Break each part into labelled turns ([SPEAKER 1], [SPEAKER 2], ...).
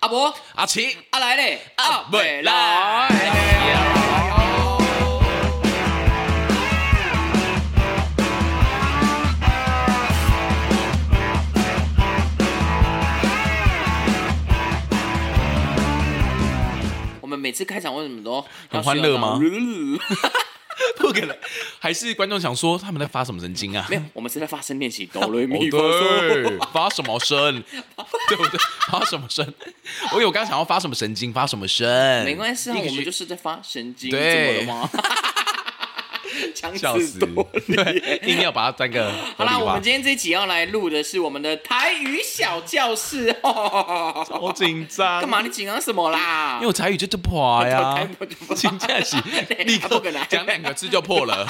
[SPEAKER 1] 阿伯，
[SPEAKER 2] 阿奇，
[SPEAKER 1] 阿啊来嘞，阿
[SPEAKER 2] 啊未
[SPEAKER 1] 未
[SPEAKER 2] 来
[SPEAKER 1] 来。我们每次开场为什么都
[SPEAKER 2] 很欢乐
[SPEAKER 1] 要
[SPEAKER 2] 吗
[SPEAKER 1] 使用到
[SPEAKER 2] 不可能，还是观众想说他们在发什么神经啊？
[SPEAKER 1] 没有，我们是在发声练习，哆来
[SPEAKER 2] 哦
[SPEAKER 1] 咪发嗦。
[SPEAKER 2] 对，发什么声？对不对？发什么声？我有刚想要发什么神经，发什么声？
[SPEAKER 1] 没关系啊，
[SPEAKER 2] 一个
[SPEAKER 1] 我们
[SPEAKER 2] 学
[SPEAKER 1] 就是在发神经，怎么
[SPEAKER 2] 对
[SPEAKER 1] 了吗？ 强
[SPEAKER 2] 笑
[SPEAKER 1] 词
[SPEAKER 2] 死，
[SPEAKER 1] 夺理。
[SPEAKER 2] 对，硬要把它当个
[SPEAKER 1] 好啦，我们今
[SPEAKER 2] 今
[SPEAKER 1] 天这一集要来录的是我们的台语小教室。
[SPEAKER 2] 好紧张，
[SPEAKER 1] 干嘛？？你紧张什么啦哎
[SPEAKER 2] 因为？我啊台语就就 破呀
[SPEAKER 1] 我就破，
[SPEAKER 2] 请假是立
[SPEAKER 1] 啊不
[SPEAKER 2] 刻
[SPEAKER 1] 可能
[SPEAKER 2] 讲两个字就破了，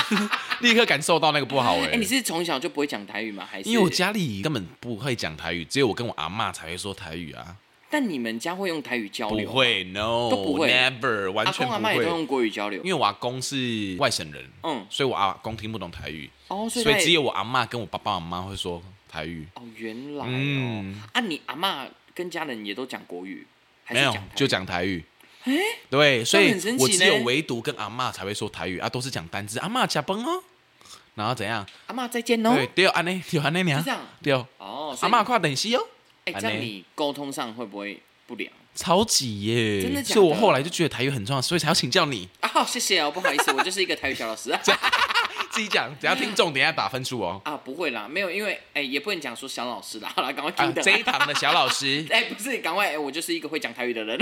[SPEAKER 2] 立刻感受到那个不好哎、
[SPEAKER 1] 哎、你是从小就不会讲台语吗？还是
[SPEAKER 2] 因为我？家里根本不会讲台语，只有我跟我阿妈才会说台语啊，
[SPEAKER 1] 但你们家会用台语交
[SPEAKER 2] 不
[SPEAKER 1] 流？。
[SPEAKER 2] 会，no，
[SPEAKER 1] 都不会
[SPEAKER 2] n e v e r 完
[SPEAKER 1] 阿
[SPEAKER 2] 全
[SPEAKER 1] 公阿
[SPEAKER 2] 不
[SPEAKER 1] 妈也都
[SPEAKER 2] 会。
[SPEAKER 1] 用国语交流。
[SPEAKER 2] 因为我阿公是外省人，
[SPEAKER 1] 嗯，
[SPEAKER 2] 所以我阿公听不懂台语，
[SPEAKER 1] 哦，所以
[SPEAKER 2] 所以
[SPEAKER 1] 他也
[SPEAKER 2] 只有我阿妈跟我爸爸妈妈会说台语，
[SPEAKER 1] 哦，原来哦。
[SPEAKER 2] 嗯
[SPEAKER 1] 啊，你阿妈跟家人也都讲国语，还是
[SPEAKER 2] 没有
[SPEAKER 1] 讲台语
[SPEAKER 2] 就。讲台语。对，所以
[SPEAKER 1] 很神奇
[SPEAKER 2] 我只有
[SPEAKER 1] 呢
[SPEAKER 2] 唯独跟阿妈才会说台语啊，都是讲单字。阿妈加崩哦，然后怎样？
[SPEAKER 1] 阿妈再见哦
[SPEAKER 2] 对，。对，安内有安内娘
[SPEAKER 1] 就这样，
[SPEAKER 2] 对哦，
[SPEAKER 1] 哦，所
[SPEAKER 2] 阿
[SPEAKER 1] 以
[SPEAKER 2] 妈快等息哦，
[SPEAKER 1] 哎、
[SPEAKER 2] 安
[SPEAKER 1] 这样
[SPEAKER 2] 内
[SPEAKER 1] 你沟通上会不会不良？
[SPEAKER 2] 超级耶！
[SPEAKER 1] 真的假的
[SPEAKER 2] 所以我后来就觉得台语很重要，所以才要请教你
[SPEAKER 1] 啊、好，谢谢哦，不好意思，我就是一个台语小老师啊。
[SPEAKER 2] 自己讲，等一下听众等一下打分数哦。
[SPEAKER 1] 啊，不会啦，没有，因为哎、也不能讲说小老师啦，好啦，赶快
[SPEAKER 2] 啊
[SPEAKER 1] 听，的。
[SPEAKER 2] 这一堂的小老 师
[SPEAKER 1] 哎、不是，赶快、哎我就是一个会讲台语的人。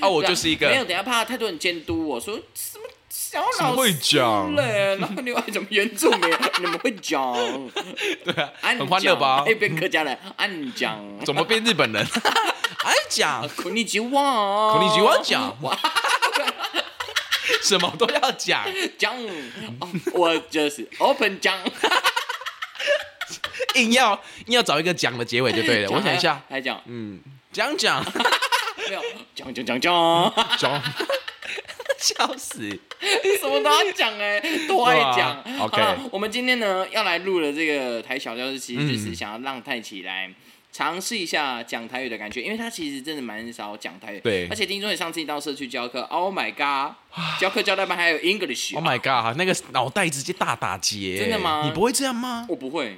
[SPEAKER 2] 啊，我就是一
[SPEAKER 1] 没有，
[SPEAKER 2] 个
[SPEAKER 1] 等一下怕太多人监督我说什么小
[SPEAKER 2] 怎
[SPEAKER 1] 老
[SPEAKER 2] 么
[SPEAKER 1] 师
[SPEAKER 2] 会讲
[SPEAKER 1] 嘞，然后另外怎么原住民你们会讲，
[SPEAKER 2] 对啊，
[SPEAKER 1] 啊你
[SPEAKER 2] 很欢乐吧
[SPEAKER 1] 讲哎，？变客家人，按讲，
[SPEAKER 2] 怎么变日 本人？哦哎讲，
[SPEAKER 1] 孔令吉旺，
[SPEAKER 2] 孔令吉旺讲
[SPEAKER 1] 哇
[SPEAKER 2] 什么都要讲，
[SPEAKER 1] 讲，哦我就是 open 讲，
[SPEAKER 2] 硬要硬要找一个讲的结尾就对了。我想一下，
[SPEAKER 1] 还讲
[SPEAKER 2] 嗯，讲讲
[SPEAKER 1] 没有讲讲讲讲，
[SPEAKER 2] 讲，笑死！
[SPEAKER 1] 什么都要讲 哎，都爱讲
[SPEAKER 2] 对啊。
[SPEAKER 1] 好
[SPEAKER 2] OK
[SPEAKER 1] 了我们今天呢要来录的这个台小教室，其实就是想要让泰奇来。尝试一下讲台语的感觉，因为他其实真的蛮少讲台语，
[SPEAKER 2] 对
[SPEAKER 1] 而且听说你上次你到社区教课，Oh my god，教课教到一半还有 English，、哦
[SPEAKER 2] Oh my god，那个脑袋直接大打结，
[SPEAKER 1] 真的吗
[SPEAKER 2] 你不会这样吗？
[SPEAKER 1] 我不会，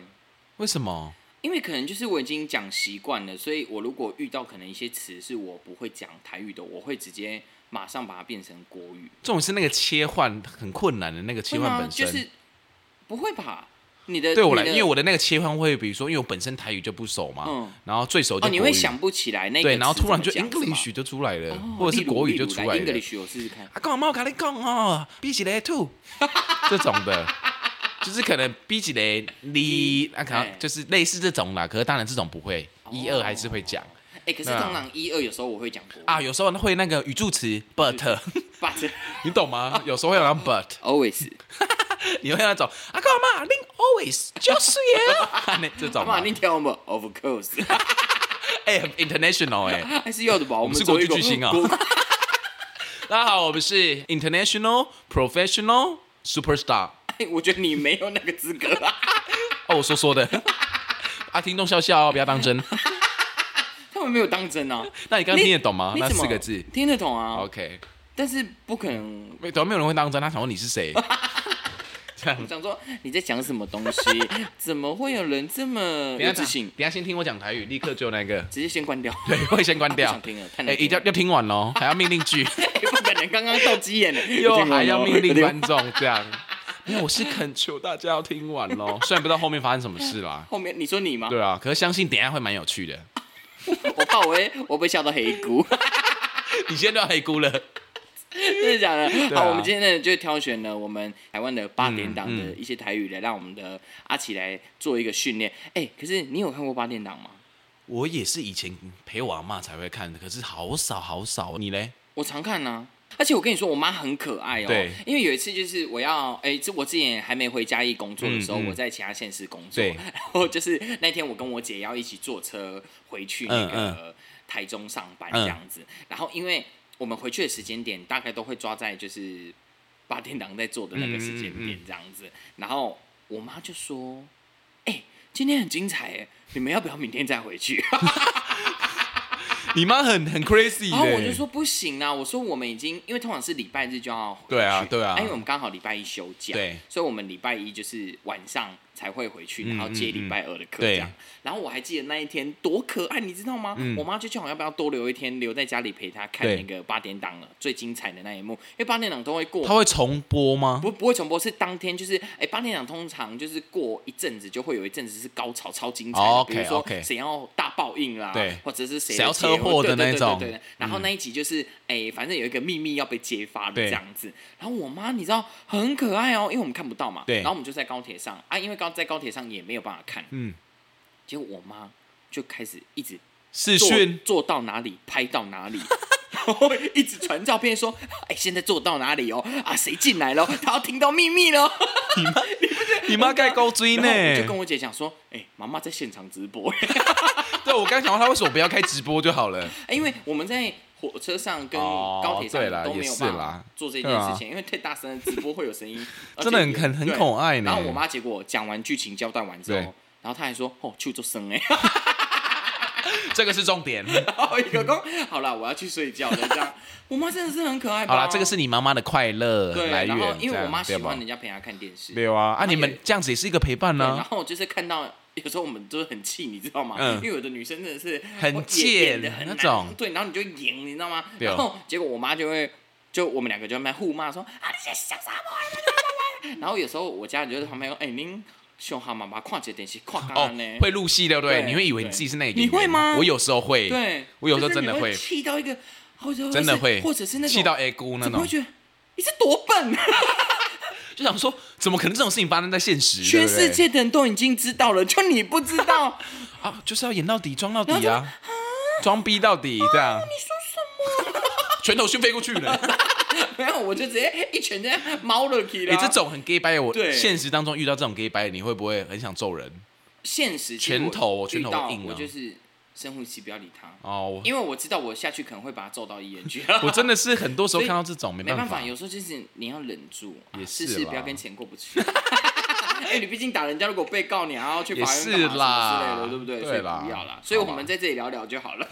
[SPEAKER 2] 为什么？
[SPEAKER 1] 因为可能就是我已经讲习惯了，所以我如果遇到可能一些词是我不会讲台语的，我会直接马上把它变成国语。
[SPEAKER 2] 这种是那个切换很困难的那个切
[SPEAKER 1] 会吗
[SPEAKER 2] 换本身，
[SPEAKER 1] 就是不会吧？你的
[SPEAKER 2] 对我来，
[SPEAKER 1] 你的
[SPEAKER 2] 因为我的那个切换会，比如说，因为我本身台语就不熟嘛，
[SPEAKER 1] 嗯
[SPEAKER 2] 然后最熟就
[SPEAKER 1] 哦，
[SPEAKER 2] 国语，
[SPEAKER 1] 你会想不起来那个
[SPEAKER 2] 对，然后突然就
[SPEAKER 1] 词怎么讲
[SPEAKER 2] English
[SPEAKER 1] 是
[SPEAKER 2] 就出来了，
[SPEAKER 1] 吗哦
[SPEAKER 2] 或者是
[SPEAKER 1] 例如
[SPEAKER 2] 国语就
[SPEAKER 1] 例如
[SPEAKER 2] 出来了。
[SPEAKER 1] English 啊我试试看。
[SPEAKER 2] 阿公阿妈，我跟你讲哦，比起来吐 这种的，就是可能比起来你，那可能
[SPEAKER 1] 哎
[SPEAKER 2] 就是类似这种啦。可是当然这种不会，一
[SPEAKER 1] 哦
[SPEAKER 2] 二还是会讲
[SPEAKER 1] 哎、可是
[SPEAKER 2] 那
[SPEAKER 1] 通常一二有时候我会讲国语
[SPEAKER 2] 啊。有时候会那个语助词 but，
[SPEAKER 1] ，but
[SPEAKER 2] 你懂吗？有时候会有那种 but，
[SPEAKER 1] always，
[SPEAKER 2] 你会那种阿公阿妈，你 always 就是耶， 那这种
[SPEAKER 1] 妈
[SPEAKER 2] 嘛
[SPEAKER 1] 你听我们 of course，
[SPEAKER 2] 哎很，international 哎。
[SPEAKER 1] 还是要的吧？我
[SPEAKER 2] 我
[SPEAKER 1] 们
[SPEAKER 2] 们是
[SPEAKER 1] 走
[SPEAKER 2] 国
[SPEAKER 1] 一
[SPEAKER 2] 际
[SPEAKER 1] 个
[SPEAKER 2] 巨星啊
[SPEAKER 1] 国
[SPEAKER 2] 大家好，我们是 International Professional Superstar。
[SPEAKER 1] 哎我觉得你没有那个资格啊。
[SPEAKER 2] 哦，我说说的 啊，听众笑笑哦，不要 当真。
[SPEAKER 1] 他们没有当真啊。
[SPEAKER 2] 那你刚刚听得懂吗？
[SPEAKER 1] 你
[SPEAKER 2] 那
[SPEAKER 1] 怎么
[SPEAKER 2] 四个字。
[SPEAKER 1] 听得懂啊
[SPEAKER 2] OK，
[SPEAKER 1] 但是不可能。
[SPEAKER 2] 没，怎么没有人会当真？他想问你是谁？这样
[SPEAKER 1] 我，想说你在讲什么东 西？怎么会有人这么
[SPEAKER 2] 等
[SPEAKER 1] 有
[SPEAKER 2] 一
[SPEAKER 1] 自
[SPEAKER 2] 下
[SPEAKER 1] 信？
[SPEAKER 2] 等一下先听我讲台语，立刻就那个，
[SPEAKER 1] 直接先关掉。
[SPEAKER 2] 对，会先关
[SPEAKER 1] 不
[SPEAKER 2] 掉
[SPEAKER 1] 想。听了，太
[SPEAKER 2] 哎，
[SPEAKER 1] 难
[SPEAKER 2] 一
[SPEAKER 1] 听
[SPEAKER 2] 定要
[SPEAKER 1] 了。
[SPEAKER 2] 要听完哦，还要命令 句，
[SPEAKER 1] 不可能，刚刚到鸡眼了，
[SPEAKER 2] 又还要命令
[SPEAKER 1] 完。
[SPEAKER 2] 观众这样。没有，我是恳求大家要听完咯，虽然不知道后面发生什么事 啦。
[SPEAKER 1] 后面你说你吗？
[SPEAKER 2] 对啊，可是相信等一下会蛮有趣的。
[SPEAKER 1] 我怕我会我被笑到黑咕，
[SPEAKER 2] 你现在都要黑咕了。
[SPEAKER 1] 真的假的？
[SPEAKER 2] 对啊
[SPEAKER 1] 好，我们今天呢就挑选了我们台湾的八点档
[SPEAKER 2] 嗯
[SPEAKER 1] 的一些台语来让我们的阿奇来做一个训练。哎，可是你有看过八点档吗？
[SPEAKER 2] 我也是以前陪我阿妈才会看的，可是好少好少。你嘞？
[SPEAKER 1] 我常看呐、而且我跟你说，我妈很可爱哦、
[SPEAKER 2] 对
[SPEAKER 1] 因为有一次就是我要，哎、这我之前还没回嘉义工作的时候，
[SPEAKER 2] 嗯嗯
[SPEAKER 1] 我在其他县市工作，
[SPEAKER 2] 对
[SPEAKER 1] 然后就是那天我跟我姐要一起坐车回去那
[SPEAKER 2] 嗯
[SPEAKER 1] 个台中上班
[SPEAKER 2] 嗯
[SPEAKER 1] 这样子，然后因为我们回去的时间点大概都会抓在就是八天堂在做的那个时间
[SPEAKER 2] 嗯
[SPEAKER 1] 点这样子，然后我妈就说：“哎、今天很精彩哎，你们要不要明天再回去？”
[SPEAKER 2] 你妈很很 crazy
[SPEAKER 1] 然后
[SPEAKER 2] 的。
[SPEAKER 1] 我就说不行啊，我说我们已经，因为通常是礼拜日就要回去
[SPEAKER 2] 对啊对啊
[SPEAKER 1] 因为我们刚好礼拜一休假，
[SPEAKER 2] 对，
[SPEAKER 1] 所以我们礼拜一就是晚上才会回去，然后接礼拜二的课
[SPEAKER 2] 嗯对
[SPEAKER 1] 这样。然后我还记得那一天多可爱，你知道吗？我妈就叫我要不要多留一天留在家里陪她看
[SPEAKER 2] 嗯对
[SPEAKER 1] 那个八点档了，最精彩的那一幕，因为八点档都会过
[SPEAKER 2] 他会重播吗？
[SPEAKER 1] 不不会重播，是当天就是，哎、八点档通常就是过一阵子就会有一阵子是高潮超精彩的
[SPEAKER 2] 哦，OK，
[SPEAKER 1] 比如说
[SPEAKER 2] OK
[SPEAKER 1] 谁要大报应啦，
[SPEAKER 2] 对
[SPEAKER 1] 或者是谁
[SPEAKER 2] 谁要
[SPEAKER 1] 结婚
[SPEAKER 2] 车祸的
[SPEAKER 1] 对对
[SPEAKER 2] 那种嗯
[SPEAKER 1] 对对对对然后那一集就是，哎、反正有一个秘密要被揭发的
[SPEAKER 2] 对
[SPEAKER 1] 这样子。然后我妈你知道很可爱哦，因为我们看不到嘛，
[SPEAKER 2] 对
[SPEAKER 1] 然后我们就在高铁上啊，因为高在高铁上也没有办法看，
[SPEAKER 2] 嗯，
[SPEAKER 1] 结果我妈就开始一直
[SPEAKER 2] 视
[SPEAKER 1] 做
[SPEAKER 2] 讯
[SPEAKER 1] 做到哪里拍到哪里， 然后一直传照片说，哎、现在做到哪里哦，啊，谁进来了，他要听到秘密了。
[SPEAKER 2] 你妈盖高追
[SPEAKER 1] 然后我就跟
[SPEAKER 2] 呢？
[SPEAKER 1] 我姐讲说，哎、妈妈在现场直播，啊
[SPEAKER 2] 对，我刚想到他为什么不要开直播就好了？
[SPEAKER 1] 哎因为我们在火车上跟
[SPEAKER 2] 哦
[SPEAKER 1] 高铁
[SPEAKER 2] 对啦
[SPEAKER 1] 上都没有
[SPEAKER 2] 也
[SPEAKER 1] 办
[SPEAKER 2] 是
[SPEAKER 1] 法
[SPEAKER 2] 啦啊
[SPEAKER 1] 做这件事情，因为太大声了，直播会有声音，而且
[SPEAKER 2] 真的很很很
[SPEAKER 1] 对
[SPEAKER 2] 可爱呢
[SPEAKER 1] 然后我妈结果讲完剧情交代完之后
[SPEAKER 2] 哎对，
[SPEAKER 1] 然后她还说，哦，去做生哎、
[SPEAKER 2] 这个是重点。
[SPEAKER 1] 然后一个公， 好了，我要去睡觉了，这样，我妈真的是很可爱吧？
[SPEAKER 2] 好啦，这个是你妈妈的快乐
[SPEAKER 1] 啊对，
[SPEAKER 2] 来
[SPEAKER 1] 然后
[SPEAKER 2] 源，
[SPEAKER 1] 因为我妈
[SPEAKER 2] 这
[SPEAKER 1] 喜
[SPEAKER 2] 样对吧
[SPEAKER 1] 欢人家陪她看电视，
[SPEAKER 2] 对啊，啊，
[SPEAKER 1] 然后
[SPEAKER 2] 你们
[SPEAKER 1] 也
[SPEAKER 2] 这样子也是一个陪伴
[SPEAKER 1] 对，然
[SPEAKER 2] 呢。
[SPEAKER 1] 后我就是看到有时候我们就是很气，你知道吗？
[SPEAKER 2] 嗯
[SPEAKER 1] 因为有的女生真的是
[SPEAKER 2] 很
[SPEAKER 1] 我
[SPEAKER 2] 贱
[SPEAKER 1] 演演得很
[SPEAKER 2] 那
[SPEAKER 1] 难
[SPEAKER 2] 种
[SPEAKER 1] 对，然后你就赢，你知道吗？
[SPEAKER 2] 对哦
[SPEAKER 1] 然后结果我妈就会，就我们两个就在那边互骂说啊，你这小傻瓜！然后有时候我家人就在旁边说，哎、您凶哈妈妈，看这电视，看干
[SPEAKER 2] 哦
[SPEAKER 1] 干呢，？
[SPEAKER 2] 会入戏对不对？
[SPEAKER 1] 对
[SPEAKER 2] 你会以为你自己是那个演员
[SPEAKER 1] 你会吗
[SPEAKER 2] 我有时候会，
[SPEAKER 1] 对，
[SPEAKER 2] 我有时候
[SPEAKER 1] 就是
[SPEAKER 2] 真的
[SPEAKER 1] 你
[SPEAKER 2] 会
[SPEAKER 1] 气到一个，或者
[SPEAKER 2] 真的
[SPEAKER 1] 是
[SPEAKER 2] 会，
[SPEAKER 1] 或者是那种
[SPEAKER 2] 气到 A 姑那
[SPEAKER 1] 怎么
[SPEAKER 2] 种
[SPEAKER 1] 会，觉得你是多笨？
[SPEAKER 2] 就想说，怎么可能这种事情发生在现实？对
[SPEAKER 1] 全
[SPEAKER 2] 不对
[SPEAKER 1] 世界的人都已经知道了，就你不知道。
[SPEAKER 2] 啊，就是要演到底，装到底啊，装逼到底这
[SPEAKER 1] 哦
[SPEAKER 2] 样。你说什么？ 拳头先飞过去 了。
[SPEAKER 1] 没有，我就直接一拳这样猫了起来。
[SPEAKER 2] 哎，这种很 gay 掰的，我
[SPEAKER 1] 啊对
[SPEAKER 2] 现实当中遇到这种 gay 掰的，你会不会很想揍人？
[SPEAKER 1] 现实其实
[SPEAKER 2] 拳头
[SPEAKER 1] 我
[SPEAKER 2] 我拳头
[SPEAKER 1] 遇到
[SPEAKER 2] 硬啊
[SPEAKER 1] 我就是深呼吸，不要理他，
[SPEAKER 2] 哦，我
[SPEAKER 1] 因为我知道我下去可能会把他揍到 医院去。
[SPEAKER 2] 我真的是很多时候
[SPEAKER 1] 所以
[SPEAKER 2] 看到这种，没
[SPEAKER 1] 没办
[SPEAKER 2] 办
[SPEAKER 1] 法，有时候就是你要忍住，啊
[SPEAKER 2] 也
[SPEAKER 1] 试
[SPEAKER 2] 是
[SPEAKER 1] 试
[SPEAKER 2] 啦
[SPEAKER 1] 不要跟钱过不去。 因为你毕竟打人家，如果被告你还要去法院
[SPEAKER 2] 也是
[SPEAKER 1] 干嘛什么
[SPEAKER 2] 啦
[SPEAKER 1] 之类的，对不对？所以
[SPEAKER 2] 对啦
[SPEAKER 1] 不要啦。所以我们在这里聊聊就好了，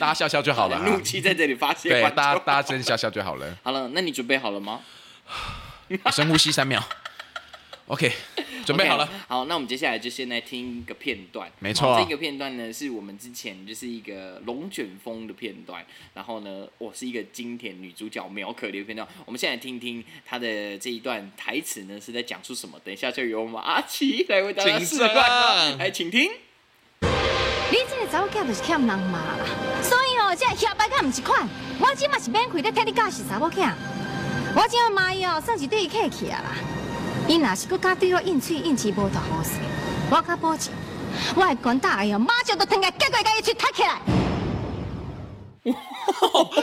[SPEAKER 2] 大家笑笑就好了 啊。
[SPEAKER 1] 怒气在这里发泄
[SPEAKER 2] 对，
[SPEAKER 1] 完就
[SPEAKER 2] 大家大家真的笑笑就好 了。
[SPEAKER 1] 好了，那你准备好了吗？
[SPEAKER 2] 深呼吸三秒。OK，准备好了。
[SPEAKER 1] OK，好，那我们接下来就先来听一个片段。
[SPEAKER 2] 没错
[SPEAKER 1] 然后这个片段呢是我们之前就是一个龙卷风的片段，然后呢，我是一个经典女主角苗可的片段。我们现在听听她的这一段台词呢是在讲述什么？等一下就由我们阿奇来为大家
[SPEAKER 2] 请
[SPEAKER 1] 示范了。
[SPEAKER 2] 上
[SPEAKER 1] 来，请听。
[SPEAKER 3] 你这个查某囝就是欠人骂啦，所以哦，这下摆甲毋是款，我即嘛是免开咧替你教是查某囝，我即个骂伊哦，算是对伊客气啊啦。伊若是搁敢对我硬嘴硬气无大好势，我甲保证，我会管大伊哦，马上就腾个结果甲伊去踢起来。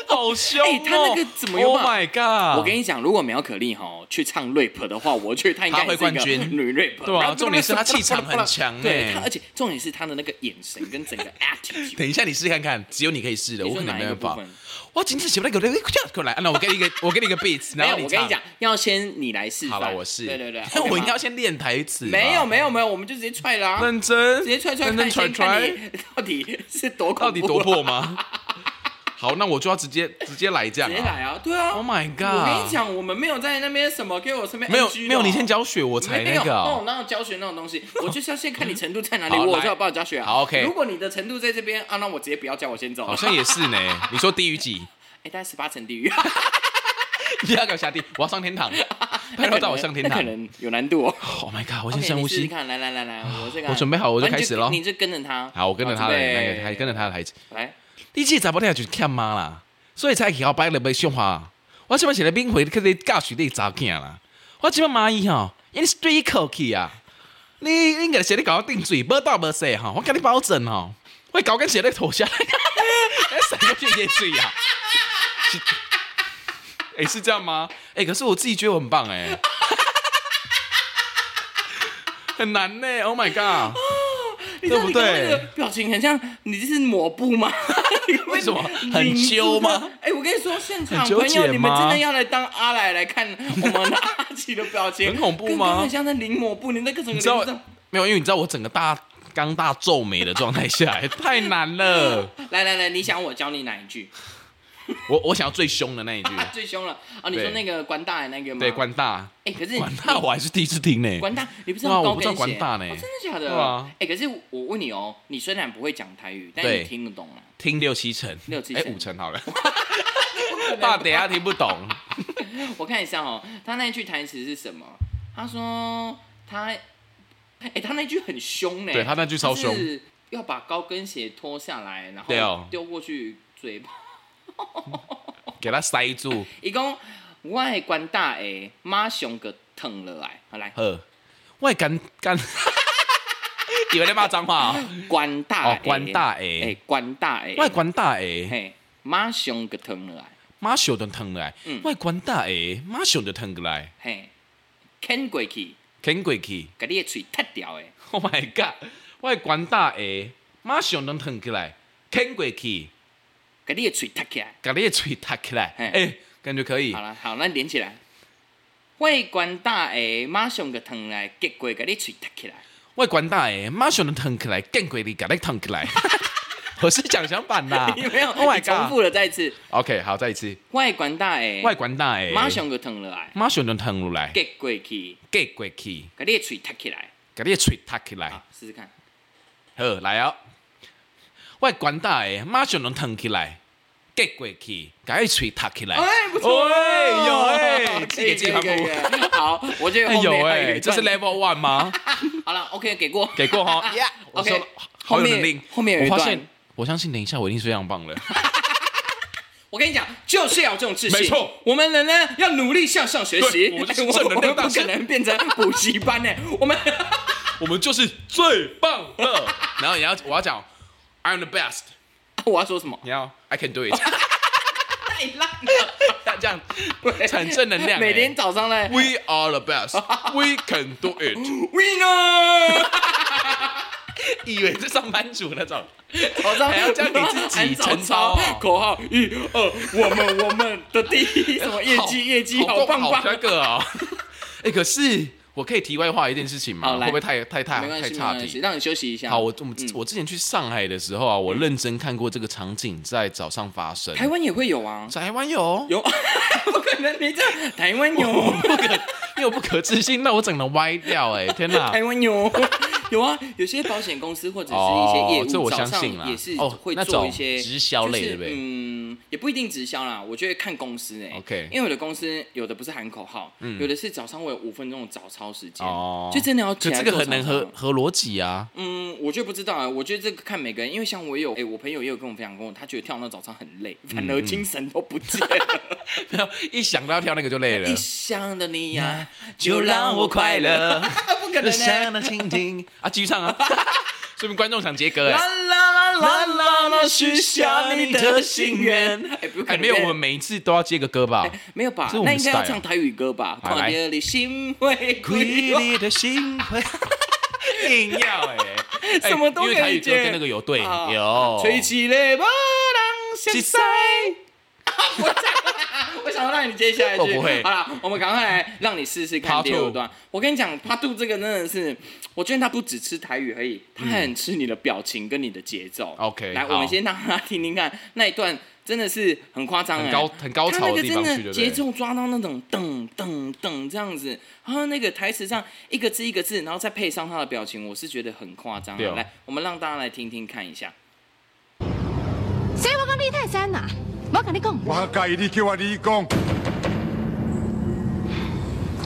[SPEAKER 2] 好凶哦
[SPEAKER 1] 哎他那个怎么有办
[SPEAKER 2] ？Oh my god！
[SPEAKER 1] 我跟你讲，如果苗可丽哈去唱 rap 的话，我觉得她应该
[SPEAKER 2] 她会
[SPEAKER 1] 也是一个
[SPEAKER 2] 冠军
[SPEAKER 1] 女 rap。
[SPEAKER 2] 对啊
[SPEAKER 1] 然后
[SPEAKER 2] 重点是她气场很强
[SPEAKER 1] 对
[SPEAKER 2] 哎
[SPEAKER 1] 她，而且重点是她的那个眼神跟整个 attitude。
[SPEAKER 2] 等一下，你试看看，只有你可以试的，
[SPEAKER 1] 你
[SPEAKER 2] 我
[SPEAKER 1] 说
[SPEAKER 2] 可能
[SPEAKER 1] 哪
[SPEAKER 2] 没
[SPEAKER 1] 一个
[SPEAKER 2] 办
[SPEAKER 1] 部
[SPEAKER 2] 法
[SPEAKER 1] 分。？
[SPEAKER 2] 我今天写不了，给我哎过来，啊那我给你一个，我给你一个 beat，
[SPEAKER 1] 没
[SPEAKER 2] 然
[SPEAKER 1] 有，
[SPEAKER 2] 后你
[SPEAKER 1] 我跟你
[SPEAKER 2] 唱。
[SPEAKER 1] 讲，要先你来示
[SPEAKER 2] 好
[SPEAKER 1] 范。
[SPEAKER 2] 了，我是。，
[SPEAKER 1] 对对对
[SPEAKER 2] 我
[SPEAKER 1] OK
[SPEAKER 2] 应
[SPEAKER 1] 吗
[SPEAKER 2] 该要先练台词吧。
[SPEAKER 1] 没有没有没有，我们就直接踹啦、
[SPEAKER 2] 认真，
[SPEAKER 1] 直接踹踹
[SPEAKER 2] 认
[SPEAKER 1] 看，
[SPEAKER 2] 真
[SPEAKER 1] 先
[SPEAKER 2] 传
[SPEAKER 1] 看
[SPEAKER 2] 传，
[SPEAKER 1] 你 到底是多恐怖、啊
[SPEAKER 2] 到底 多破啊吗？ 好，那我就要直接直接来这样
[SPEAKER 1] 直接
[SPEAKER 2] 啊。
[SPEAKER 1] 来啊！对啊
[SPEAKER 2] Oh
[SPEAKER 1] 我
[SPEAKER 2] my
[SPEAKER 1] 跟你
[SPEAKER 2] god！
[SPEAKER 1] 讲，我们没有在那边什么给我身边
[SPEAKER 2] 没有
[SPEAKER 1] NG 的哦
[SPEAKER 2] 没有，你先教学，我才
[SPEAKER 1] 没
[SPEAKER 2] 那
[SPEAKER 1] 有
[SPEAKER 2] 个
[SPEAKER 1] 那
[SPEAKER 2] 啊
[SPEAKER 1] 我。哪有教学那种东西？我就是要先看你程度在哪里，
[SPEAKER 2] 好
[SPEAKER 1] 我
[SPEAKER 2] 来
[SPEAKER 1] 才有办法教学啊。
[SPEAKER 2] 好，OK
[SPEAKER 1] 如果你的程度在这边啊，那我直接不要教，我先走了。
[SPEAKER 2] 好像也是呢。你说低于几？
[SPEAKER 1] 哎，大概十八层地狱，
[SPEAKER 2] 你要给我下地，我要上 天堂，拜托带我上天
[SPEAKER 1] 那可
[SPEAKER 2] 堂。
[SPEAKER 1] 能有难度哦。
[SPEAKER 2] Oh my god！我
[SPEAKER 1] OK，
[SPEAKER 2] 先深
[SPEAKER 1] 你
[SPEAKER 2] 呼
[SPEAKER 1] 试试
[SPEAKER 2] 吸。
[SPEAKER 1] 看，来来来来，我这个
[SPEAKER 2] 我准备好我就
[SPEAKER 1] 啊你
[SPEAKER 2] 开始咯
[SPEAKER 1] 你就跟着他。
[SPEAKER 2] 好，我跟着他的
[SPEAKER 1] 准备
[SPEAKER 2] 那个，还跟着他的台词。
[SPEAKER 1] 来。
[SPEAKER 2] 你这查某囝就是欠妈啦，所以才去后摆了要上花。我即摆是来免费去你教训你查囝啦。我即摆骂伊吼，因是对伊客气啊。你你应该是咧甲我顶嘴，无大无细吼，我甲你保证吼，我搞跟是咧脱下 来，谁要去野嘴啊？哎、是这样吗？哎、可是我自己觉得我很棒哎、 很难呢、o h my god！
[SPEAKER 1] 你知道
[SPEAKER 2] 对不
[SPEAKER 1] 你刚刚那个
[SPEAKER 2] 对
[SPEAKER 1] 表情很像，你这是抹布吗？你刚刚
[SPEAKER 2] 为什么
[SPEAKER 1] 拧
[SPEAKER 2] 很
[SPEAKER 1] 住
[SPEAKER 2] 揪吗
[SPEAKER 1] 它？哎，我跟你说，现场
[SPEAKER 2] 很纠
[SPEAKER 1] 朋友，
[SPEAKER 2] 结
[SPEAKER 1] 你们真
[SPEAKER 2] 吗
[SPEAKER 1] 的要来当阿来来看我们的阿奇的表情，
[SPEAKER 2] 很恐怖
[SPEAKER 1] 跟
[SPEAKER 2] 吗
[SPEAKER 1] 刚刚很像在拧抹布，你那个整个
[SPEAKER 2] 你知道
[SPEAKER 1] 脸上
[SPEAKER 2] 没有？因为你知道我整个大刚大皱眉的状态下， 太难了。
[SPEAKER 1] 来来来，你想我教你哪一句？
[SPEAKER 2] 我我想要最凶的那一句，
[SPEAKER 1] 最凶了啊！你说
[SPEAKER 2] 对
[SPEAKER 1] 那个官大的那个吗？
[SPEAKER 2] 对，官大，
[SPEAKER 1] 哎，可是
[SPEAKER 2] 官大我还是第一次听呢。
[SPEAKER 1] 管大，你不知
[SPEAKER 2] 哇
[SPEAKER 1] 道
[SPEAKER 2] 我
[SPEAKER 1] 高
[SPEAKER 2] 不
[SPEAKER 1] 跟
[SPEAKER 2] 知
[SPEAKER 1] 鞋？
[SPEAKER 2] 道管大呢
[SPEAKER 1] 哦真的假的？
[SPEAKER 2] 对啊
[SPEAKER 1] 哎、可是我问你哦，你虽然不会讲台语，但
[SPEAKER 2] 对
[SPEAKER 1] 你听得懂吗？
[SPEAKER 2] 听六七成，
[SPEAKER 1] 六七
[SPEAKER 2] 哎
[SPEAKER 1] 成
[SPEAKER 2] 五成好了，怕等一下听不懂。
[SPEAKER 1] 我看一下哦，他那句台词是什么？他说他，哎、他那句很凶呢。
[SPEAKER 2] 对他那句超凶，
[SPEAKER 1] 要把高跟鞋脱下来，然
[SPEAKER 2] 对
[SPEAKER 1] 后
[SPEAKER 2] 哦
[SPEAKER 1] 丢过去嘴巴。
[SPEAKER 2] 给他塞住，
[SPEAKER 1] 伊讲我的管大诶，马上个疼了来，好来
[SPEAKER 2] 呵，我干干， 以为在骂脏话 哦，
[SPEAKER 1] 管大
[SPEAKER 2] 哦管大的
[SPEAKER 1] 诶，管大诶，
[SPEAKER 2] 我官大诶，
[SPEAKER 1] 嘿，马上个疼了来，
[SPEAKER 2] 马上就疼来
[SPEAKER 1] 嗯，
[SPEAKER 2] 我官大诶，马上就疼来，
[SPEAKER 1] 嘿，牵过去，
[SPEAKER 2] 啃过去。
[SPEAKER 1] 把你的嘴踢掉诶。
[SPEAKER 2] Oh my god！我官大诶，马上能疼起来，啃过去，
[SPEAKER 1] 给你的嘴踢起来。
[SPEAKER 2] 把你的嘴打起来，
[SPEAKER 1] 嘿
[SPEAKER 2] 哎，感觉可以
[SPEAKER 1] 好。了，好，那连起来。会官大下，马上个疼来，结果给你嘴踢起来。
[SPEAKER 2] 我官大诶，马上能疼起来，更过去，给你疼起 来。我是讲相反啦，
[SPEAKER 1] 你没有
[SPEAKER 2] Oh
[SPEAKER 1] 你
[SPEAKER 2] my
[SPEAKER 1] 重
[SPEAKER 2] god！OK，
[SPEAKER 1] 复了再一次。、
[SPEAKER 2] OK，好，再一次。
[SPEAKER 1] 外官大下，
[SPEAKER 2] 我官大诶，
[SPEAKER 1] 马上个疼了来，
[SPEAKER 2] 马上能疼落来，
[SPEAKER 1] 结果去，
[SPEAKER 2] 隔过去，
[SPEAKER 1] 给你嘴踢起来。
[SPEAKER 2] 把你的嘴打起来。
[SPEAKER 1] 好，试试看。
[SPEAKER 2] 好，来哦！我的管大诶，马上能腾起来，隔过去，甲伊喙塔起来。
[SPEAKER 1] 哎，不错。
[SPEAKER 2] 哎有哎
[SPEAKER 1] 可
[SPEAKER 2] 自己
[SPEAKER 1] 以
[SPEAKER 2] 给自己
[SPEAKER 1] 可以可
[SPEAKER 2] 欢
[SPEAKER 1] 以
[SPEAKER 2] 呼
[SPEAKER 1] 可以好，我觉得
[SPEAKER 2] 哎
[SPEAKER 1] 后
[SPEAKER 2] 有
[SPEAKER 1] 面还有
[SPEAKER 2] 哎，
[SPEAKER 1] 一
[SPEAKER 2] 这是
[SPEAKER 1] 段
[SPEAKER 2] level one 吗？
[SPEAKER 1] 好了，OK，给过。
[SPEAKER 2] 给过哈
[SPEAKER 1] Yeah，
[SPEAKER 2] 我
[SPEAKER 1] OK，
[SPEAKER 2] 说好
[SPEAKER 1] 后
[SPEAKER 2] 有
[SPEAKER 1] 面
[SPEAKER 2] 能力。
[SPEAKER 1] 后面有一
[SPEAKER 2] 我发
[SPEAKER 1] 段
[SPEAKER 2] 现，我相信等一下我一定是非常 棒了。
[SPEAKER 1] 我跟你讲，就是要有这种自信。
[SPEAKER 2] 没错，
[SPEAKER 1] 我们人呢要努力向上学习。
[SPEAKER 2] 对我们就是
[SPEAKER 1] 哎
[SPEAKER 2] 正能
[SPEAKER 1] 我们
[SPEAKER 2] 量大
[SPEAKER 1] 不
[SPEAKER 2] 师
[SPEAKER 1] 可能变成补习班呢。我们
[SPEAKER 2] 我们就是最棒的。然后你要我要讲，I'm the best。
[SPEAKER 1] 我要说什么？
[SPEAKER 2] 你要 I can do it。
[SPEAKER 1] 太烂了。
[SPEAKER 2] 这样
[SPEAKER 1] 对
[SPEAKER 2] 产正能量哎
[SPEAKER 1] 每天早上 呢
[SPEAKER 2] We are the best. We can do it。
[SPEAKER 1] ，winner，
[SPEAKER 2] 以为是上班族那种。
[SPEAKER 1] 早上
[SPEAKER 2] 还要叫你自己
[SPEAKER 1] 喊 早
[SPEAKER 2] 晨操
[SPEAKER 1] 操
[SPEAKER 2] 哦
[SPEAKER 1] 口号，一二，我们我们的第一， 什么业绩业绩
[SPEAKER 2] 好
[SPEAKER 1] 棒
[SPEAKER 2] 好那
[SPEAKER 1] 棒。
[SPEAKER 2] 个哦。 哎，可是我可以题外话一件事情
[SPEAKER 1] 好
[SPEAKER 2] 吗？
[SPEAKER 1] 来
[SPEAKER 2] 会不会太太太
[SPEAKER 1] 没关
[SPEAKER 2] 太
[SPEAKER 1] 系，没
[SPEAKER 2] 差
[SPEAKER 1] 关系，
[SPEAKER 2] 题？
[SPEAKER 1] 让你休息一下。嗯
[SPEAKER 2] 好，我我们我之前去上海的时候啊，我认真看过这个场景在早上发生。
[SPEAKER 1] 台湾也会有啊，
[SPEAKER 2] 台湾有，
[SPEAKER 1] 有， 不可能，你这台湾有，
[SPEAKER 2] 因为我不可置信，那我整能歪掉 哎！天哪！
[SPEAKER 1] 台湾有。有啊，有些保险公司或者是一些业务，，
[SPEAKER 2] 哦这我
[SPEAKER 1] 早
[SPEAKER 2] 相
[SPEAKER 1] 上
[SPEAKER 2] 信啦。
[SPEAKER 1] 也是
[SPEAKER 2] 哦
[SPEAKER 1] 会，
[SPEAKER 2] 那
[SPEAKER 1] 做
[SPEAKER 2] 种
[SPEAKER 1] 一些
[SPEAKER 2] 直销类，
[SPEAKER 1] 就
[SPEAKER 2] 对
[SPEAKER 1] 是
[SPEAKER 2] 不对？
[SPEAKER 1] 嗯，也不一定直销啦，我觉得看公司哎、
[SPEAKER 2] OK 嗯
[SPEAKER 1] 因为我的公司有的不是喊口号，有的是早上我有五分钟的早操时间，
[SPEAKER 2] 哦
[SPEAKER 1] 就真的要起
[SPEAKER 2] 可
[SPEAKER 1] 来
[SPEAKER 2] 这
[SPEAKER 1] 做
[SPEAKER 2] 个很能
[SPEAKER 1] 早操
[SPEAKER 2] 合。合逻辑 啊。
[SPEAKER 1] 嗯，我就不知道啊，我觉得这个看每个人，因为像我也有，哎、我朋友也有跟我分享过，他觉得跳那早操很累，反
[SPEAKER 2] 嗯
[SPEAKER 1] 而精神都不见 了。
[SPEAKER 2] 一想到要跳那个就累了
[SPEAKER 1] 一。想到你呀、就让我快 乐。
[SPEAKER 2] 乐。
[SPEAKER 1] 啊不可能欸呢、
[SPEAKER 2] 的蜻 蜓啊，继续唱啊！说明观众想接歌
[SPEAKER 1] 啦
[SPEAKER 2] 哎。
[SPEAKER 1] 啦啦啦啦啦，许下你的心愿。哎、不可
[SPEAKER 2] 哎，
[SPEAKER 1] 能，
[SPEAKER 2] 没有，我们每一次都要接个歌吧？
[SPEAKER 1] 没有吧
[SPEAKER 2] 这是？我
[SPEAKER 1] 那
[SPEAKER 2] 们
[SPEAKER 1] 应该要
[SPEAKER 2] style
[SPEAKER 1] 唱台语歌吧？
[SPEAKER 2] 好来
[SPEAKER 1] 看到你心会归。
[SPEAKER 2] 你的心会硬要哎，哎
[SPEAKER 1] 什么都
[SPEAKER 2] 因为
[SPEAKER 1] 可以
[SPEAKER 2] 台语歌
[SPEAKER 1] 接
[SPEAKER 2] 跟那个有对
[SPEAKER 1] 啊
[SPEAKER 2] 有。
[SPEAKER 1] 吹起来无人相识。 我想要让你接下来去，
[SPEAKER 2] 我不会
[SPEAKER 1] 好了，我们赶快来让你试试看
[SPEAKER 2] Part
[SPEAKER 1] 第二
[SPEAKER 2] two
[SPEAKER 1] 段。我跟你讲，帕杜这个真的是，我觉得他不只吃台语而已，他还很吃你的表情跟你的节奏。
[SPEAKER 2] OK，
[SPEAKER 1] 来，
[SPEAKER 2] 好
[SPEAKER 1] 我们先让他听听看那一段，真的是很夸张、欸，
[SPEAKER 2] 很高很高潮的地方
[SPEAKER 1] 他那个真
[SPEAKER 2] 去对
[SPEAKER 1] 的
[SPEAKER 2] 不对
[SPEAKER 1] 节奏抓到那种噔噔噔这样子，然后那个台词上一个字一个字，然后再配上他的表情，我是觉得很夸张、啊。
[SPEAKER 2] 对哦
[SPEAKER 1] 来，我们让大家来听听看一下。
[SPEAKER 3] 所以我讲你泰山呐、我跟你讲，
[SPEAKER 4] 我介意你叫我你讲，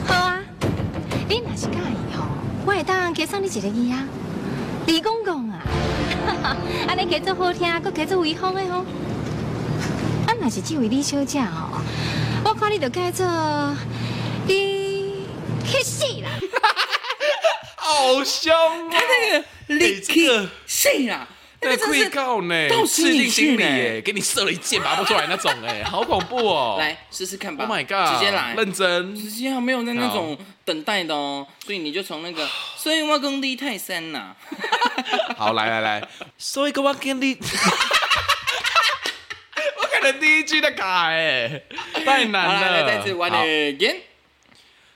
[SPEAKER 3] 好啊，你若是介意吼，我会当加送你一个耳啊，李公公啊， 安尼加做好听，搁加做威风的吼。啊，若是这位李小姐吼，我看你就改做你去死啦！
[SPEAKER 2] 好凶啊！
[SPEAKER 1] 那个
[SPEAKER 2] 哎这个
[SPEAKER 1] 信啊，那个
[SPEAKER 2] 那
[SPEAKER 1] 真
[SPEAKER 2] 愧
[SPEAKER 1] 是
[SPEAKER 2] 告呢，
[SPEAKER 1] 到心
[SPEAKER 2] 刺
[SPEAKER 1] 里欸
[SPEAKER 2] 进心
[SPEAKER 1] 去
[SPEAKER 2] 里
[SPEAKER 1] 呢
[SPEAKER 2] 哎，给你射了一箭拔不出来那种哎，好恐怖哦！
[SPEAKER 1] 来试试看吧。
[SPEAKER 2] ，Oh my god，
[SPEAKER 1] 直接来，
[SPEAKER 2] 认真
[SPEAKER 1] 直接啊，没有在那种等待的哦，所以你就从那个，所以我工地泰山呐，
[SPEAKER 2] 好，来来来，所以个我跟 你，我可能第一句在卡哎，太难
[SPEAKER 1] 好来
[SPEAKER 2] 了。
[SPEAKER 1] 来再次 one
[SPEAKER 2] 好
[SPEAKER 1] again，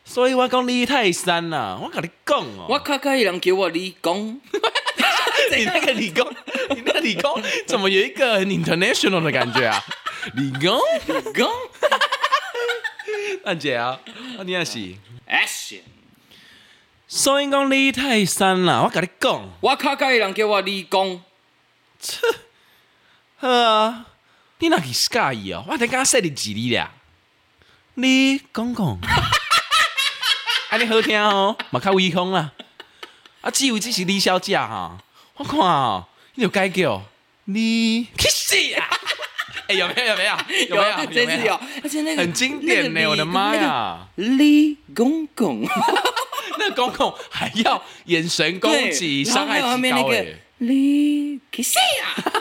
[SPEAKER 2] 所以我讲你太山啦、我跟你讲 哦、
[SPEAKER 1] 我卡卡一人叫我你讲，
[SPEAKER 2] 你 那个理工，你那理工怎么有一个很 international 的感 觉啊？理工，
[SPEAKER 1] Go
[SPEAKER 2] 蛋姐啊，啊你也是。
[SPEAKER 1] action！
[SPEAKER 2] 所以讲你太瘦啦，我甲你讲，
[SPEAKER 1] 我卡介人叫我李工，
[SPEAKER 2] 好啊，你若去介意哦，我等下说你几你俩，你讲 讲，安尼好听哦，嘛较威风啦。啊，只有这是李小姐哈、啊我看哦，你有改叫你去死啊！ 哎、有没有？有没有？有没有？
[SPEAKER 1] 这
[SPEAKER 2] 没
[SPEAKER 1] 次有，而且那 个
[SPEAKER 2] 很经典呢、
[SPEAKER 1] 那个
[SPEAKER 2] 我的妈
[SPEAKER 1] 李！
[SPEAKER 2] 呀，
[SPEAKER 1] 那个李公公，
[SPEAKER 2] 那公公还要眼神攻击，
[SPEAKER 1] 对
[SPEAKER 2] 伤害
[SPEAKER 1] 然后后
[SPEAKER 2] 极
[SPEAKER 1] 面那
[SPEAKER 2] 高哎、
[SPEAKER 1] 个李可惜啊！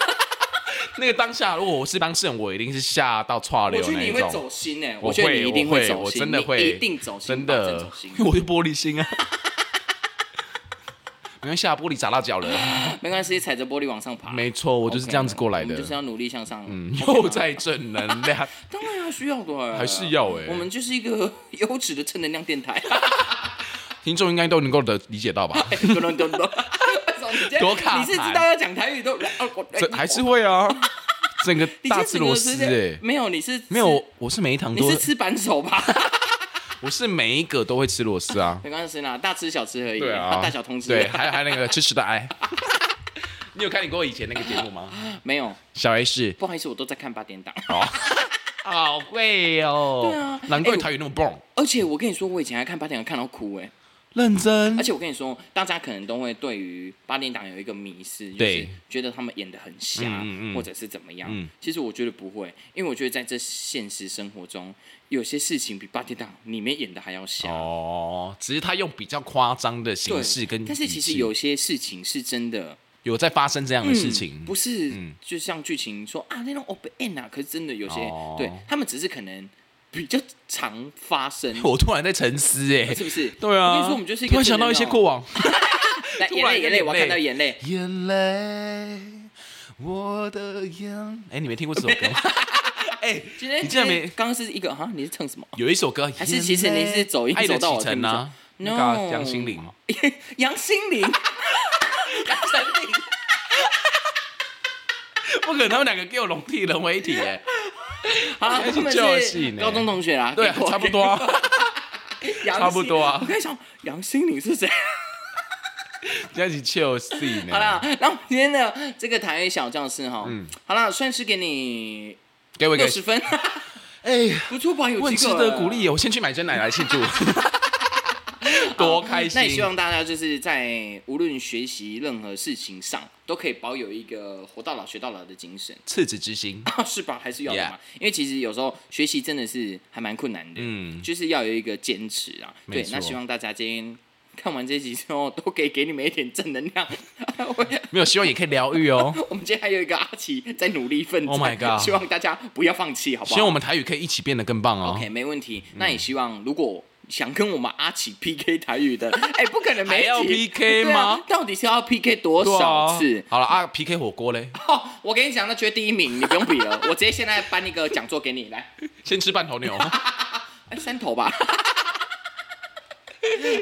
[SPEAKER 2] 那个当下，如果我是当事人，我一定是吓到岔
[SPEAKER 1] 我
[SPEAKER 2] 流
[SPEAKER 1] 觉得
[SPEAKER 2] 那
[SPEAKER 1] 你
[SPEAKER 2] 一
[SPEAKER 1] 会
[SPEAKER 2] 种
[SPEAKER 1] 走。心哎，
[SPEAKER 2] 我
[SPEAKER 1] 觉得你一定
[SPEAKER 2] 我
[SPEAKER 1] 走心，
[SPEAKER 2] 我真的会，
[SPEAKER 1] 你一定走心，
[SPEAKER 2] 真
[SPEAKER 1] 保证
[SPEAKER 2] 的
[SPEAKER 1] 走心，
[SPEAKER 2] 因 为我是玻璃心啊。没关系啊，玻璃砸到脚了。
[SPEAKER 1] 没关系，踩着玻璃往上爬。
[SPEAKER 2] 没错，我就是这样子过来
[SPEAKER 1] 我们
[SPEAKER 2] 的
[SPEAKER 1] 就是。要努力向上。
[SPEAKER 2] 嗯
[SPEAKER 1] OK 吗
[SPEAKER 2] 又在正能 量，
[SPEAKER 1] 当然要需要的欸，
[SPEAKER 2] 还是要欸
[SPEAKER 1] 我们就是一个优质的正能量电台。
[SPEAKER 2] 听众应该都能够的理解到吧？
[SPEAKER 1] 咚咚咚咚，为什么你今天
[SPEAKER 2] 多卡
[SPEAKER 1] 你是知
[SPEAKER 2] 痰
[SPEAKER 1] 道要讲台语都，哦我
[SPEAKER 2] 这还是 会啊，整个
[SPEAKER 1] 你今天
[SPEAKER 2] 大吃螺丝
[SPEAKER 1] 整个是
[SPEAKER 2] 哎，
[SPEAKER 1] 没有，你是
[SPEAKER 2] 没有，我是每一堂
[SPEAKER 1] 你
[SPEAKER 2] 都
[SPEAKER 1] 是，吃板手吧？
[SPEAKER 2] 我是每一个都会吃螺丝啊。
[SPEAKER 1] 没关系啦，大吃小吃而已，
[SPEAKER 2] 对啊，
[SPEAKER 1] 大小通吃。
[SPEAKER 2] 对，还还有那个痴痴的爱。 你有看你过以前那个节目吗？
[SPEAKER 1] 没有，
[SPEAKER 2] 小 S，
[SPEAKER 1] 不好意思，我都在看八点档。
[SPEAKER 2] 好贵哦。
[SPEAKER 1] 对啊
[SPEAKER 2] 难怪
[SPEAKER 1] 哎
[SPEAKER 2] 你台语那么棒。
[SPEAKER 1] 而且我跟你说，我以前还看八点档看到哭哎。
[SPEAKER 2] 认真
[SPEAKER 1] 而，且我跟你说，大家可能都会对于八点档有一个迷失，就是
[SPEAKER 2] 对
[SPEAKER 1] 觉得他们演的很瞎，
[SPEAKER 2] 嗯嗯嗯
[SPEAKER 1] 或者是怎么样。
[SPEAKER 2] 嗯
[SPEAKER 1] 其实我觉得不会，因为我觉得在这现实生活中，有些事情比八点档里面演的还要瞎。
[SPEAKER 2] 哦，只是他用比较夸张的
[SPEAKER 1] 对
[SPEAKER 2] 形式跟语气，
[SPEAKER 1] 但是其实有些事情是真的
[SPEAKER 2] 有在发生这样的事情，
[SPEAKER 1] 不是
[SPEAKER 2] 嗯
[SPEAKER 1] 就像剧情说啊那种 open end 啊，可是真的有些、
[SPEAKER 2] 哦
[SPEAKER 1] 对他们只是可能比较常发生，
[SPEAKER 2] 我突然在沉思哎、
[SPEAKER 1] 是不是？
[SPEAKER 2] 对
[SPEAKER 1] 我
[SPEAKER 2] 啊，
[SPEAKER 1] 跟你说，我们就是一个哦
[SPEAKER 2] 突然想到一些过往，
[SPEAKER 1] 来
[SPEAKER 2] 突
[SPEAKER 1] 眼
[SPEAKER 2] 然
[SPEAKER 1] 泪
[SPEAKER 2] 有
[SPEAKER 1] 眼泪，
[SPEAKER 2] 点
[SPEAKER 1] 我要
[SPEAKER 2] 泪
[SPEAKER 1] 看到眼泪。
[SPEAKER 2] 眼泪，我的眼，哎、你没听过这首歌吗？哎、
[SPEAKER 1] 今天
[SPEAKER 2] 你竟然没
[SPEAKER 1] 刚刚是一个啊，你是唱什么？
[SPEAKER 2] 有一首歌，
[SPEAKER 1] 还是其实你是走音
[SPEAKER 2] 爱的
[SPEAKER 1] 走到我
[SPEAKER 2] 启程
[SPEAKER 1] 听不
[SPEAKER 2] 啊，
[SPEAKER 1] 懂
[SPEAKER 2] 那个
[SPEAKER 1] No
[SPEAKER 2] 杨心凌，
[SPEAKER 1] 杨心 凌，
[SPEAKER 2] 不可能他们两个给我笼替人 为一体哎、
[SPEAKER 1] 好啦，
[SPEAKER 2] 还是
[SPEAKER 1] 他们
[SPEAKER 2] 就是是呢
[SPEAKER 1] 高中同学啦，
[SPEAKER 2] 对、啊
[SPEAKER 1] 给，我
[SPEAKER 2] 差不多、啊，
[SPEAKER 1] 杨
[SPEAKER 2] 差不多啊
[SPEAKER 1] 心我刚才想杨心凌 是谁？
[SPEAKER 2] 这样子就是呢。
[SPEAKER 1] 好啦，那我们今天的这个台语小教室哈，
[SPEAKER 2] 嗯
[SPEAKER 1] 好啦，算是给你
[SPEAKER 2] 给我一个
[SPEAKER 1] 六十分，
[SPEAKER 2] 哎。
[SPEAKER 1] 不错吧？有
[SPEAKER 2] 我很
[SPEAKER 1] 及
[SPEAKER 2] 值
[SPEAKER 1] 格
[SPEAKER 2] 得
[SPEAKER 1] 了
[SPEAKER 2] 鼓励耶，我先去买真奶 来庆祝，多开
[SPEAKER 1] 那也希
[SPEAKER 2] 心！
[SPEAKER 1] 望大家就是在无论学习任何事情上，都可以保有一个活到老学到老的精神，
[SPEAKER 2] 赤子之心，
[SPEAKER 1] 是吧？还是要的嘛因为其实有时候学习真的是还蛮困难的，
[SPEAKER 2] 嗯，
[SPEAKER 1] 就是要有一个坚持啊。
[SPEAKER 2] 没
[SPEAKER 1] 对，那
[SPEAKER 2] 错
[SPEAKER 1] 希望大家今天看完这集之后，都可以给你们一点正能量。 我
[SPEAKER 2] 没有希望也可以疗愈 哦。
[SPEAKER 1] 我们今天还有一个阿奇在努力奋战
[SPEAKER 2] Oh my god
[SPEAKER 1] 希望大家不要放弃，好不好？
[SPEAKER 2] 希望我们台语可以一起变得更棒哦。
[SPEAKER 1] OK 没问题。那也希望如果想跟我们阿奇 PK 台语 的，哎、不可能
[SPEAKER 2] 还
[SPEAKER 1] 没
[SPEAKER 2] 要 PK
[SPEAKER 1] 啊
[SPEAKER 2] 吗？
[SPEAKER 1] 到底是要 PK 多
[SPEAKER 2] 对
[SPEAKER 1] 少
[SPEAKER 2] 啊
[SPEAKER 1] 次？
[SPEAKER 2] 好了啊，PK 火锅嘞，
[SPEAKER 1] 哦，我跟你讲，那绝对第一名，你不用比了，我直接现在颁一个讲座给你来，
[SPEAKER 2] 先吃半 头牛。
[SPEAKER 1] 哎，三头 吧。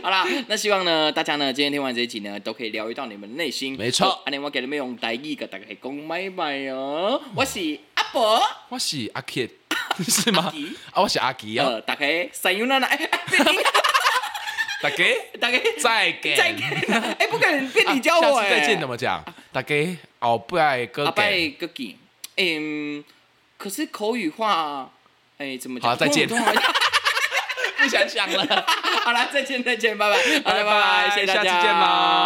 [SPEAKER 1] 好啦，那希望呢，大家呢今天听完这一集呢，都可以疗愈到你们内心。
[SPEAKER 2] 没错
[SPEAKER 1] 好安尼我给你们用台语跟大家讲拜拜哦。我是阿伯，
[SPEAKER 2] 我是阿 Kid，是 吗
[SPEAKER 1] 吉？
[SPEAKER 2] 啊，我是阿吉啊，
[SPEAKER 1] 呃，大家三友娜娜，哎，哎别停
[SPEAKER 2] 大家
[SPEAKER 1] 大家
[SPEAKER 2] 再见，
[SPEAKER 1] 再见啦，哎，不可能变你教
[SPEAKER 2] 啊
[SPEAKER 1] 我
[SPEAKER 2] 下
[SPEAKER 1] 哎，
[SPEAKER 2] 次再见怎么讲？大家后拜哥
[SPEAKER 1] 阿拜
[SPEAKER 2] 给，
[SPEAKER 1] 哥吉，嗯，可是口语化，哎，怎么讲？
[SPEAKER 2] 好再见
[SPEAKER 1] 通常通常
[SPEAKER 2] 不想想了，
[SPEAKER 1] 好啦，再见，再见，拜拜，好啦
[SPEAKER 2] 拜拜
[SPEAKER 1] 拜，谢谢大家，
[SPEAKER 2] 下次见啦